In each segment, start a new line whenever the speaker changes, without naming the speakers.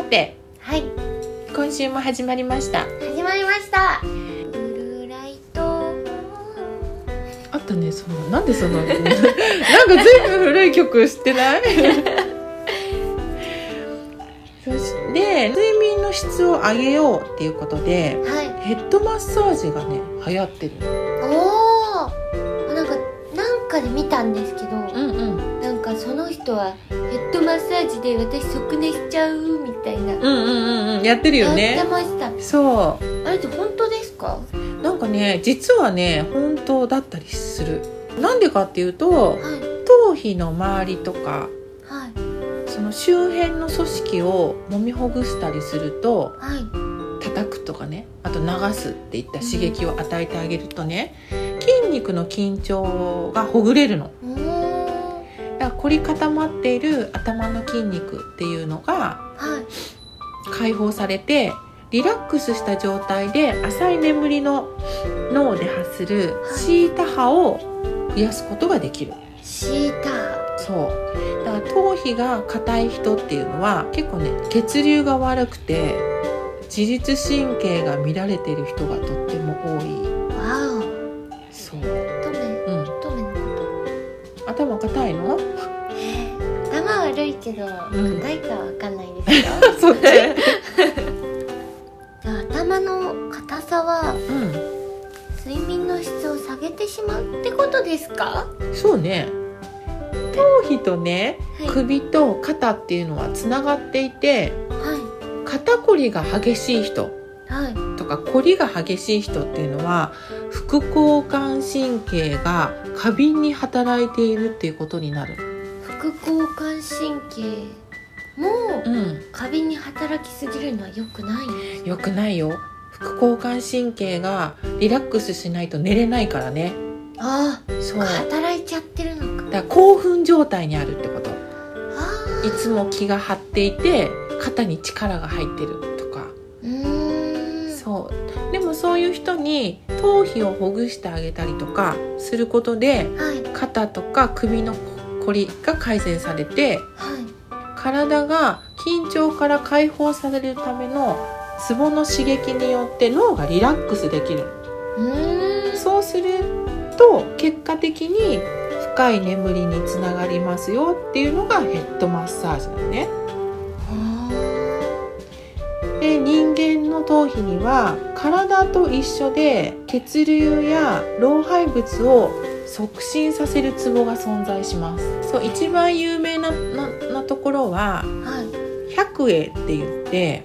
って
はい
今週も始まりました
始まりましたブルーライト
あったねそのなんでその なんか全部古い曲知ってない そして睡眠の質を上げようっていうことで
はい
ヘッドマッサージがね流行ってる
おおなんかなんかで見たんですけど
んうん
なんかその人はヘッドマッサージで私即寝しちゃうみたいな、
うんうんうんうんやってるよ
やっ
ね
てました
そ
あれって本当ですか
うなんかね実はね本当だったりするなんでかっていうと
はい
頭皮の周りとか
はい
その周辺の組織を揉みほぐしたりすると
はい
叩くとかねあと流すっていった刺激を与えてあげるとね筋肉の緊張がほぐれるの
おお
だから凝り固まっている頭の筋肉っていうのが
はい
解放されてリラックスした状態で浅い眠りの脳で発するシータ波を増やすことができる
シータ
そうだから頭皮が硬い人っていうのは結構ね血流が悪くて自律神経が乱れてる人がとっても多い
わお
そう、
乙女
うん、
乙女のこ
頭硬いの？
と頭悪いけ
う
ど
ん
硬いかは分かんないで すよ
そっち。
頭の硬さは
う
睡眠の質を下げてしまうってことですか
ん、そうね。頭皮とね、
はい
首と肩っていうのはつながっていて、
は
肩こりが激しい人
いはい
とかこりが激しい人っていうのは副交感神経が過敏に働いているっていうことになる。
副交感神経も
うん、
過敏に働きすぎるのは良くない
よくないよ。副交感神経がリラックスしないと寝れないからね。
あ
そう。
あ
だか
働いちゃってるのから
興奮状態にあるってこと。
あ
いつも気が張っていて肩に力が入ってるとか、
ーうーん
そうでもそういう人に頭皮をほぐしてあげたりとかすることで
はい
肩とか首のこりが改善されて
はい
体が緊張から解放されるためのツボの刺激によって脳がリラックスできる
うーん
そうすると結果的に深い眠りにつながりますよっていうのがヘッドマッサージなのね。
あ
で人間の頭皮には体と一緒で血流や老廃物を促進させるツボが存在しますそう一番有名なななところは
ーはい
百栄って言って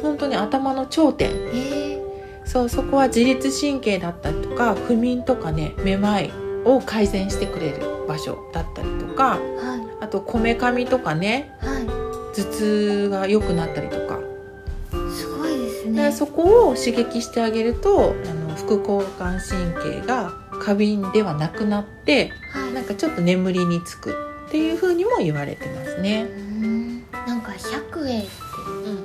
本当に頭の頂点
えー
そうそこは自律神経だったりとか不眠とかねめまいを改善してくれる場所だったりとか
はい
あとこめかみとかね
は
頭痛が良くなったりとか
いすごいです
で
ね
そこを刺激してあげるとあの副交感神経が過敏ではなくなって
はい
なんかちょっと眠りにつくっていう風にも言われてますね
うー。んなんか100円って
うん